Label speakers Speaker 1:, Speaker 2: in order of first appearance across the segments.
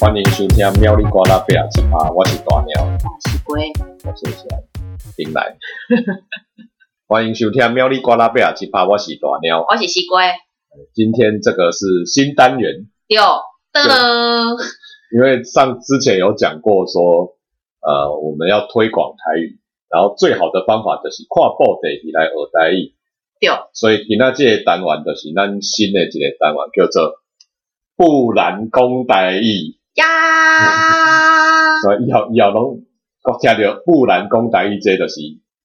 Speaker 1: 欢迎收听《喵哩呱啦贝尔奇葩》，我是大喵，
Speaker 2: 我是龟，
Speaker 1: 我是小林来。欢迎收听《喵哩呱啦贝尔奇葩》，我是大喵。
Speaker 2: 我是西龟。
Speaker 1: 今天这个是新单元，
Speaker 2: 六噔噔，
Speaker 1: 因为上之前有讲过说，呃，我们要推广台语，然后最好的方法就是跨部地区来学台语。
Speaker 2: 六
Speaker 1: 所以今仔这个单元就是呃咱新的一个单元，叫做“不然讲台语
Speaker 2: 呀”，，
Speaker 1: 所以以后以后拢国听到“不然讲台语”这就是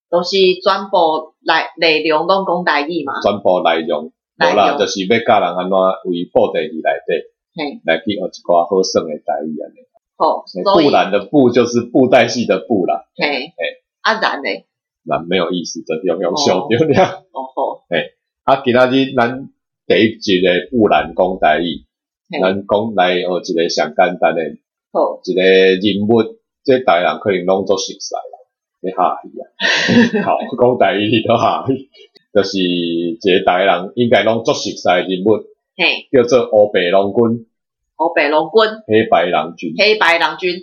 Speaker 2: 都是全部内内容拢讲台语嘛，
Speaker 1: 全部内容，无
Speaker 2: 内容
Speaker 1: 啦，就是要教人安怎为布袋戏内底
Speaker 2: 嘿，
Speaker 1: 来去学一寡好耍的台语安尼。
Speaker 2: 好，所以
Speaker 1: 不然的“不”就是布袋戏的“不”啦，
Speaker 2: 嘿，啊然嘞，
Speaker 1: 那没有意思，这用用笑掉了。
Speaker 2: 哦好，
Speaker 1: 啊，今仔日咱第一集的“不然讲台语”，
Speaker 2: 嘿，
Speaker 1: 咱讲来学一个上简单的。
Speaker 2: 好，
Speaker 1: 一个人物，即大人可能拢做熟悉啦，你下去 啊，好讲台语你都下去，就是一个大人应该拢做熟悉的人物，
Speaker 2: 嘿，
Speaker 1: 叫做黑白郎君、
Speaker 2: 黑白龙君，
Speaker 1: 黑白郎君，
Speaker 2: 黑白郎君，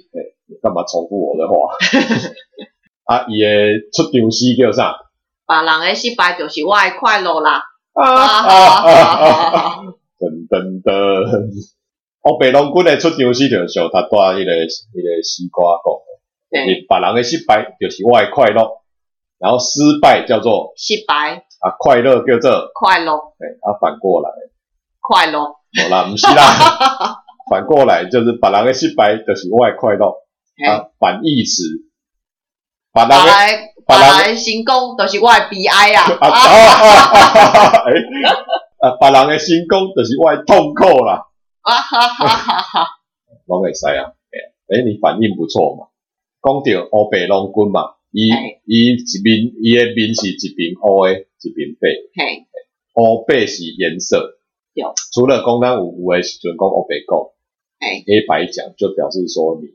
Speaker 1: 干嘛重复我的话？ 啊，伊诶出场诗叫啥？
Speaker 2: 别人的失败就是我的快乐啦，
Speaker 1: 啊
Speaker 2: 啊
Speaker 1: 啊
Speaker 2: 好
Speaker 1: 啊
Speaker 2: 好
Speaker 1: 啊！
Speaker 2: 好，
Speaker 1: 噔噔噔，黑白郎君诶出场诗就是像他带迄个迄个西瓜讲。
Speaker 2: 嘿，
Speaker 1: 你别人的失败就是我的快乐，然后失败叫做
Speaker 2: 失败
Speaker 1: 啊快乐叫做
Speaker 2: 快乐
Speaker 1: 哎啊反过来，
Speaker 2: 快乐，
Speaker 1: 好啦，不是啦， 反过来就是别人的失败就是我的快乐
Speaker 2: 嘿，
Speaker 1: 啊反义词，别人的别
Speaker 2: 别人别
Speaker 1: 人
Speaker 2: 人的成功就是我的悲 哀啦，
Speaker 1: 啊啊
Speaker 2: 啊，
Speaker 1: 啊啊哎啊别人的成功就是我的痛苦啦，
Speaker 2: 啊哈哈哈哈，
Speaker 1: 拢会使啊，哎你反应不错嘛，讲到黑白郎君嘛，伊
Speaker 2: 嘿
Speaker 1: 伊一面伊的面是一边黑的，一边白的。
Speaker 2: 嘿，
Speaker 1: 黑白是颜色
Speaker 2: 对，
Speaker 1: 除了讲咱有有诶时阵讲黑白讲，
Speaker 2: 嘿。
Speaker 1: 黑白讲就表示说你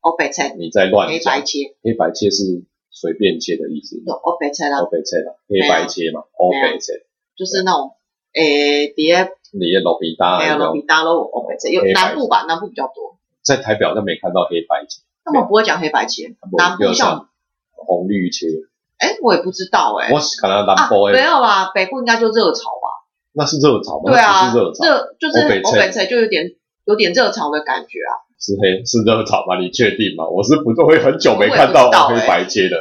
Speaker 2: 黑白切，
Speaker 1: 你在乱
Speaker 2: 黑
Speaker 1: 讲
Speaker 2: 白，切，
Speaker 1: 黑白切是随便切的意思，
Speaker 2: 有黑白切啦
Speaker 1: 黑，白切啦，黑白切嘛，黑白切，
Speaker 2: 就是那种诶，底下
Speaker 1: 你的哎路边搭
Speaker 2: 没
Speaker 1: 那
Speaker 2: 有那
Speaker 1: 种，
Speaker 2: 比大肉黑白切，有
Speaker 1: 啊黑白切
Speaker 2: 南部吧，南部比较多，
Speaker 1: 在台表上没看到黑白切，
Speaker 2: 他们不会讲黑白切，南
Speaker 1: 没有
Speaker 2: 部像
Speaker 1: 红绿切，
Speaker 2: 诶，我也不知道诶，
Speaker 1: 我是看到
Speaker 2: 啊
Speaker 1: 南部
Speaker 2: 没
Speaker 1: 诶，
Speaker 2: 有吧，北部应该就热炒吧，
Speaker 1: 那是热炒吗？那
Speaker 2: 对啊，
Speaker 1: 不是热炒，
Speaker 2: 就是
Speaker 1: 黑白切
Speaker 2: 黑白切就有点有点热炒的感觉啊，
Speaker 1: 是黑是热炒吗？你确定吗？我是不会很久没看到
Speaker 2: 我也不知道
Speaker 1: 黑
Speaker 2: 欸
Speaker 1: 白切的，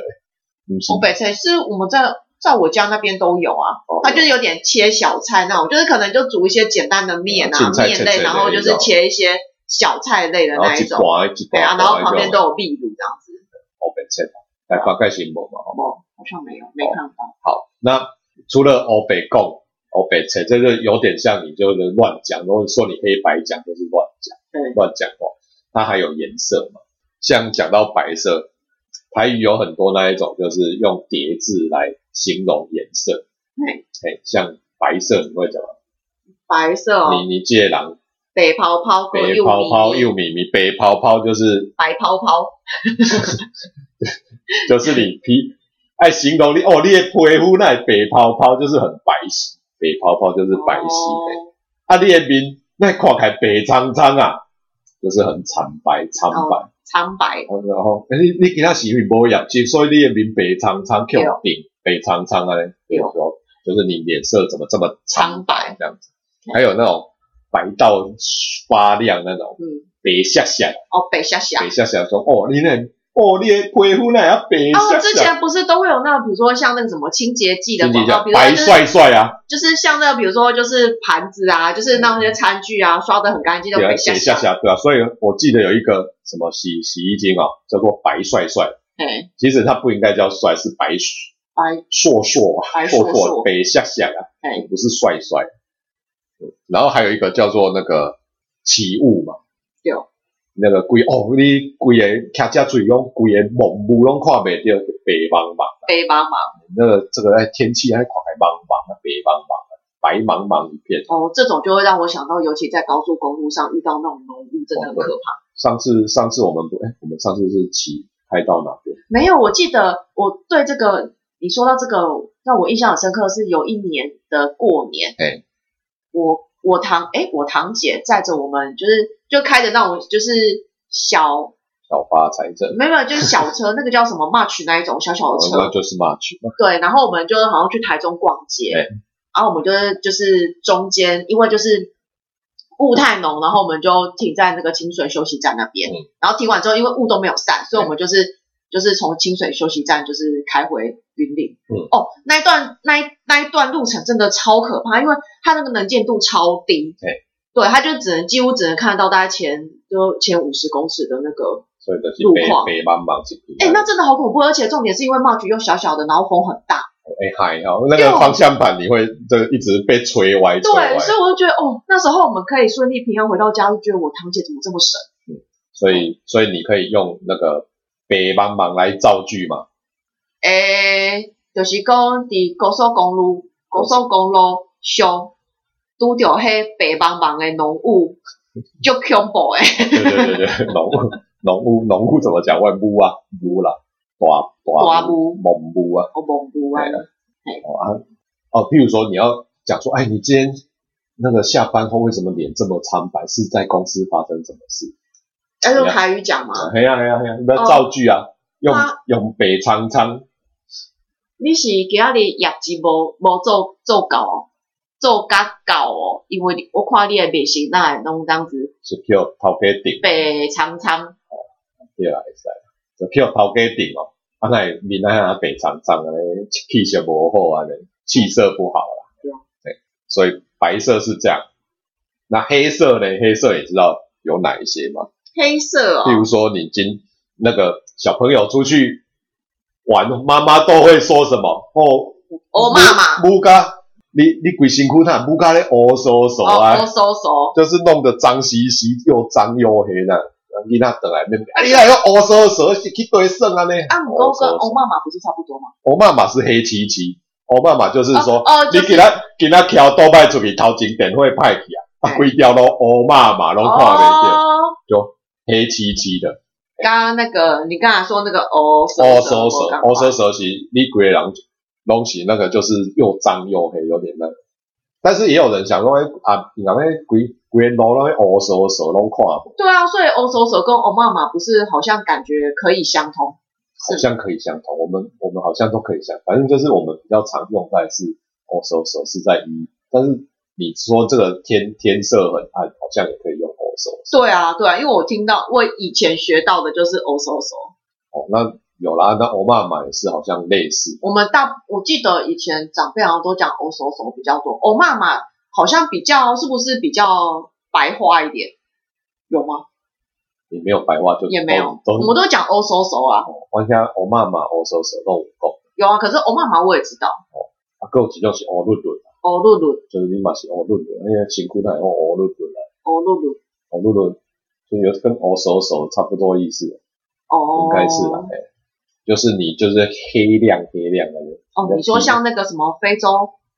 Speaker 1: 不是
Speaker 2: 黑白切是我们在在我家那边都有啊，
Speaker 1: 哦
Speaker 2: 它就是有点切小菜那种，就是可能就煮一些简单的面
Speaker 1: 哦
Speaker 2: 啊
Speaker 1: 青菜
Speaker 2: 面
Speaker 1: 切切
Speaker 2: 类，
Speaker 1: 的
Speaker 2: 然后就
Speaker 1: 那
Speaker 2: 是
Speaker 1: 种
Speaker 2: 切一些小菜类的
Speaker 1: 然后
Speaker 2: 那
Speaker 1: 一
Speaker 2: 一种。
Speaker 1: 挂一挂
Speaker 2: 对啊，然后旁边
Speaker 1: 都
Speaker 2: 都啊有壁炉这样子。
Speaker 1: 黑白切，来大概是无嘛吼。
Speaker 2: 哦，好像没有，没看到。
Speaker 1: 好，那除了欧北共、欧北扯，这个有点像你就是乱讲，如果说你黑白讲就是乱讲，
Speaker 2: 对，
Speaker 1: 乱讲话。它还有颜色嘛？像讲到白色，台语有很多那一种，就是用叠字来形容颜色。
Speaker 2: 对，
Speaker 1: 哎，像白色你会讲吗？
Speaker 2: 白色哦，
Speaker 1: 你你借狼
Speaker 2: 北泡泡跟
Speaker 1: 白
Speaker 2: 幼
Speaker 1: 泡泡、
Speaker 2: 米
Speaker 1: 幼米米，白泡泡就是
Speaker 2: 白泡泡，
Speaker 1: 就是你皮爱形容你哦，你的皮肤那白泡泡就是很白皙，白泡泡就是白皙。
Speaker 2: 哦
Speaker 1: 啊，你的面那看起来白苍苍啊，就是很惨白苍白。
Speaker 2: 苍白，
Speaker 1: 然后，欸、你你今仔是因为无业绩，所以你的面白苍苍，
Speaker 2: 对哦
Speaker 1: 翘顶白苍苍啊，对
Speaker 2: 对哦
Speaker 1: 不对？就是你脸色怎么这么苍白
Speaker 2: 苍白
Speaker 1: 这样子？
Speaker 2: 对
Speaker 1: 还有那种白到发亮那种
Speaker 2: 嗯，
Speaker 1: 白闪闪，
Speaker 2: 哦，北下下
Speaker 1: 白。闪闪说哦，你那哦，你的皮肤那也白
Speaker 2: 哦，
Speaker 1: 闪
Speaker 2: 之
Speaker 1: 闪，
Speaker 2: 前不是都会有那个，比如说像那个什么清洁剂的
Speaker 1: 真
Speaker 2: 广
Speaker 1: 的
Speaker 2: 告，比
Speaker 1: 叫
Speaker 2: 如说
Speaker 1: 白
Speaker 2: 就是
Speaker 1: 帅帅啊，
Speaker 2: 就是像那个，比如说就是盘子啊，就是那些餐具啊，刷的很干净，都
Speaker 1: 对啊，白
Speaker 2: 北下
Speaker 1: 闪
Speaker 2: 下。
Speaker 1: 闪对啊，所以我记得有一个什么洗洗衣精啊、叫做白帅帅。
Speaker 2: 哎，
Speaker 1: 其实它不应该叫帅，是白硕
Speaker 2: 白
Speaker 1: 硕硕啊，
Speaker 2: 白
Speaker 1: 硕
Speaker 2: 硕
Speaker 1: 硕
Speaker 2: 硕
Speaker 1: 北下下啊，
Speaker 2: 哎，
Speaker 1: 不是帅帅。嗯然后还有一个叫做那个起雾嘛，
Speaker 2: 对
Speaker 1: 那个规哦，你规个卡家嘴拢规个蒙雾拢看袂到白茫茫，
Speaker 2: 北帮忙。
Speaker 1: 那个这个哎天气还看起来茫茫啊，白茫茫啊，白茫茫一片。
Speaker 2: 哦，这种就会让我想到，尤其在高速公路上遇到那种浓雾，真的很可怕。
Speaker 1: 上次上次我们不哎，我们上次是骑开到哪边？
Speaker 2: 没有，我记得我对这个，你说到这个，让我印象很深刻，是有一年的过年，
Speaker 1: 哎
Speaker 2: 我我堂哎，我堂姐载着我们，就是就开着那种就是小
Speaker 1: 小发财政，
Speaker 2: 没有没有就是小车，那个叫什么 March 那一种小小的车
Speaker 1: 那，就是 March 嘛，
Speaker 2: 对，然后我们就好像去台中逛街，
Speaker 1: 对
Speaker 2: 然后我们就是就是中间，因为就是雾太浓，然后我们就停在那个清水休息站那边，
Speaker 1: 嗯
Speaker 2: 然后停完之后，因为雾都没有散，所以
Speaker 1: 对
Speaker 2: 我们就是就是从清水休息站就是开回云林，
Speaker 1: 嗯
Speaker 2: 哦，那一段那一那一段路程真的超可怕，因为它那个能见度超低，
Speaker 1: 对。
Speaker 2: 对，它就只能几乎只能看得到大概前就前五十公尺的那个，
Speaker 1: 所以就是
Speaker 2: 路
Speaker 1: 白
Speaker 2: 况
Speaker 1: 白茫茫一片。
Speaker 2: 哎，那真的好恐怖，而且重点是因为茂局又小小的，然后风很大，
Speaker 1: 哎嗨哈，那个方向盘你会这一直被吹歪，吹歪
Speaker 2: 对，，所以我就觉得，哦，那时候我们可以顺利平安回到家，就觉得我堂姐怎么这么神？
Speaker 1: 所以所以你可以用那个白茫茫来造句嘛，
Speaker 2: 诶，就是讲伫高速公路、高速公路上拄着迄白茫茫的浓雾，就恐怖诶。
Speaker 1: 对对对对， 农务农务农务怎么讲？万物啊，物啦，大
Speaker 2: 大
Speaker 1: 大
Speaker 2: 雾、
Speaker 1: 蒙物啊，
Speaker 2: 我蒙雾啊
Speaker 1: 对，啊哦啊哦，譬如说你要讲说，哎，你今天那个下班后为什么脸这么苍白？是在公司发生什么事？
Speaker 2: 要用台语讲嘛？
Speaker 1: 哎呀哎呀哎呀，那造句啊，用
Speaker 2: 哦啊
Speaker 1: 用北苍苍，
Speaker 2: 你是今仔日业绩无无做做够哦，做甲够哦，因为你我看你的面型那拢这样子
Speaker 1: 是叫头家顶，
Speaker 2: 白苍苍，
Speaker 1: 对啦，会使，就叫头家顶哦。啊，那面那下北苍苍安尼，气色不好安尼，气色不好啦。
Speaker 2: 对啊
Speaker 1: 对，所以白色是这样。那黑色呢？黑色也知道有哪一些嘛？
Speaker 2: 黑色哦
Speaker 1: 譬，如说，你今那个小朋友出去玩，妈妈都会说什么？哦，
Speaker 2: 我妈妈。
Speaker 1: 母家，你你鬼辛苦他，母家咧乌索索啊。
Speaker 2: 哦，我搜索，
Speaker 1: 就是弄得脏兮兮，又脏又黑的。你那等来面，啊，你那个乌蛇蛇去对胜啊呢？
Speaker 2: 啊，不过跟欧妈妈不是差不多吗？
Speaker 1: 我妈妈是黑漆漆，我妈妈就是说，
Speaker 2: 哦，哦就
Speaker 1: 你
Speaker 2: 是
Speaker 1: 给他给他挑多卖出去，头前电会派去啊，啊，
Speaker 2: 嗯
Speaker 1: 规条都乌妈妈拢看袂见，
Speaker 2: 哦，
Speaker 1: 黑漆漆的。
Speaker 2: 刚刚那个你刚才说那个哦，
Speaker 1: 乌
Speaker 2: 搜
Speaker 1: 蛇蛇，乌蛇蛇是你规个人拢是那个就是又脏又黑，有点那个。但是也有人想说，哎啊，人家规规路拢乌蛇蛇拢看不
Speaker 2: 对啊，所以哦，搜索跟欧妈妈不是好像感觉可以相通，
Speaker 1: 好像可以相同，我们我们好像都可以相，反正就是我们比较常用在是哦手手是在一，但是你说这个天天色很暗，好像也可以用哦手
Speaker 2: 对啊，对啊，因为我听到我以前学到的就是哦，搜索，
Speaker 1: 哦，那有啦，那欧妈妈也是好像类似，
Speaker 2: 我们大我记得以前长辈好像都讲哦，搜索比较多，哦，妈妈好像比较是不是比较白话一点？有吗？
Speaker 1: 也没有白话就
Speaker 2: 也没有，
Speaker 1: 都
Speaker 2: 我们都讲哦，搜索啊，
Speaker 1: 我像欧妈妈哦手手都有讲，
Speaker 2: 有啊，可是哦，妈妈我也知道，
Speaker 1: 啊，还有一种是哦论论，
Speaker 2: 哦，露露，
Speaker 1: 就是你嘛是哦论论，因为辛苦那用哦论论啊，
Speaker 2: 哦，露露，
Speaker 1: 哦论论就是有跟哦手手差不多意思，
Speaker 2: 哦，
Speaker 1: 应该是啦，哎、就是你就是黑亮黑亮的那种。
Speaker 2: 哦，你说像那个什么非洲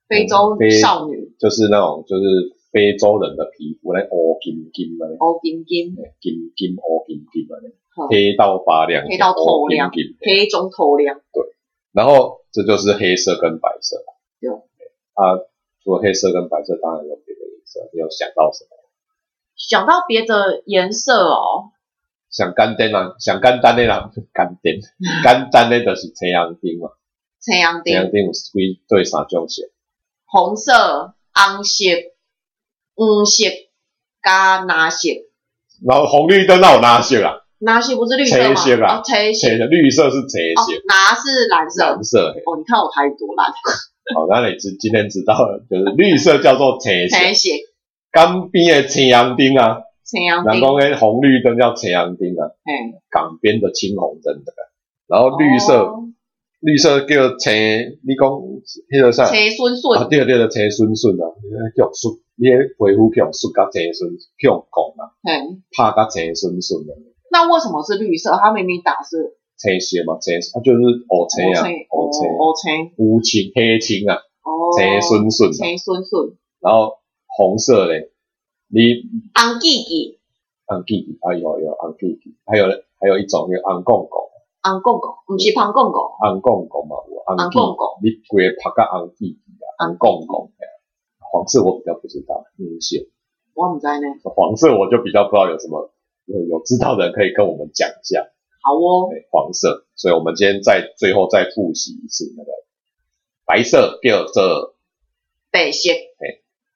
Speaker 2: 非洲
Speaker 1: 嗯非
Speaker 2: 少女
Speaker 1: 就是那种就是非洲人的皮肤，那乌金金的，
Speaker 2: 欧哦金金，
Speaker 1: 金金乌金金的，
Speaker 2: 好
Speaker 1: 黑到发亮，
Speaker 2: 黑到透亮
Speaker 1: 乌金金。
Speaker 2: 黑中透亮，
Speaker 1: 然后这就是黑色跟白色。
Speaker 2: 对
Speaker 1: 啊，除了黑色跟白色，当然有别的颜色。你有想到什么？
Speaker 2: 想到别的颜色哦，
Speaker 1: 想简单啦，想简单的啦，简单， 简单的就是青阳丁嘛，
Speaker 2: 太阳
Speaker 1: 青阳
Speaker 2: 丁，
Speaker 1: 丁有几对三种色，
Speaker 2: 红色、红色、黄色、加蓝色，
Speaker 1: 然后红绿灯那有哪色啊？
Speaker 2: 蓝色不是绿色吗？
Speaker 1: 橙色吧
Speaker 2: 哦，橙色，
Speaker 1: 青绿色是青
Speaker 2: 哦
Speaker 1: 色，，
Speaker 2: 蓝是蓝色
Speaker 1: 蓝。色啊嘿
Speaker 2: 哦，你看我台语多烂，
Speaker 1: 好，那你知今天知道了，就是绿色叫做 青色，
Speaker 2: 橙色、
Speaker 1: 港边的青阳丁啊，
Speaker 2: 青阳
Speaker 1: 南
Speaker 2: 丁，
Speaker 1: 宫的红绿灯叫青阳丁啊，
Speaker 2: 嘿，
Speaker 1: 港边的青红灯的，然后绿色、
Speaker 2: 哦
Speaker 1: 绿色叫青，你讲迄个啥？
Speaker 2: 青笋
Speaker 1: 啊
Speaker 2: 笋，
Speaker 1: 对对对，青顺顺啊，你那强顺，你那皮肤强顺甲青顺强讲啊，
Speaker 2: 嘿，
Speaker 1: 拍甲青顺顺啊，
Speaker 2: 那为什么是绿色？它明明打是
Speaker 1: 青色嘛，青色啊就是乌青啊，
Speaker 2: 哦
Speaker 1: 乌青，
Speaker 2: 哦青，
Speaker 1: 乌青黑青啊，
Speaker 2: 哦，
Speaker 1: 青顺顺啊，
Speaker 2: 青笋笋。
Speaker 1: 然后红色嘞，你
Speaker 2: 红记记、
Speaker 1: 红记记，啊有有红记记，还有还有一种叫红公公。
Speaker 2: 红公公，毋是芳公公，
Speaker 1: 红公公嘛有，红
Speaker 2: 红公公
Speaker 1: 记，你规个拍甲红记记啊，红公公，黄色我比较不知道，嗯，是
Speaker 2: 我唔知呢。
Speaker 1: 黄色我就比较不知道有什么，有有知道的人可以跟我们讲一下，
Speaker 2: 好哦，
Speaker 1: 对，黄色，所以我们今天再最后再复习一次那个白色叫做
Speaker 2: 白色、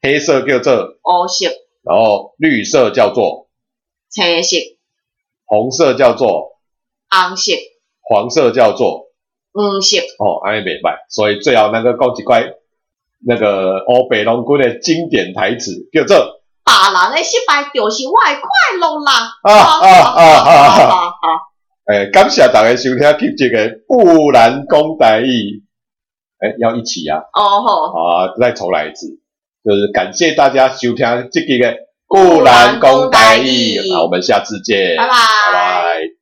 Speaker 1: 黑色叫做，
Speaker 2: 乌色、
Speaker 1: 然后绿色叫做
Speaker 2: 青色、
Speaker 1: 红色叫做
Speaker 2: 红色、
Speaker 1: 黄色叫做
Speaker 2: 黄色，
Speaker 1: 哦，安尼袂歹，所以最后能够讲一块那个欧北龙君的经典台词，叫做
Speaker 2: 别人的失败就是我的快乐啦！
Speaker 1: 啊啊啊啊啊！
Speaker 2: 啊啊！
Speaker 1: 诶、感谢大家收听今集的不然公台义，诶、要一起啊，
Speaker 2: 哦吼，
Speaker 1: 啊，再重来一次，就是感谢大家收听这集的不然公台义，
Speaker 2: 不然讲台语
Speaker 1: 好，我们下次见，
Speaker 2: 拜
Speaker 1: 拜
Speaker 2: 拜。
Speaker 1: 拜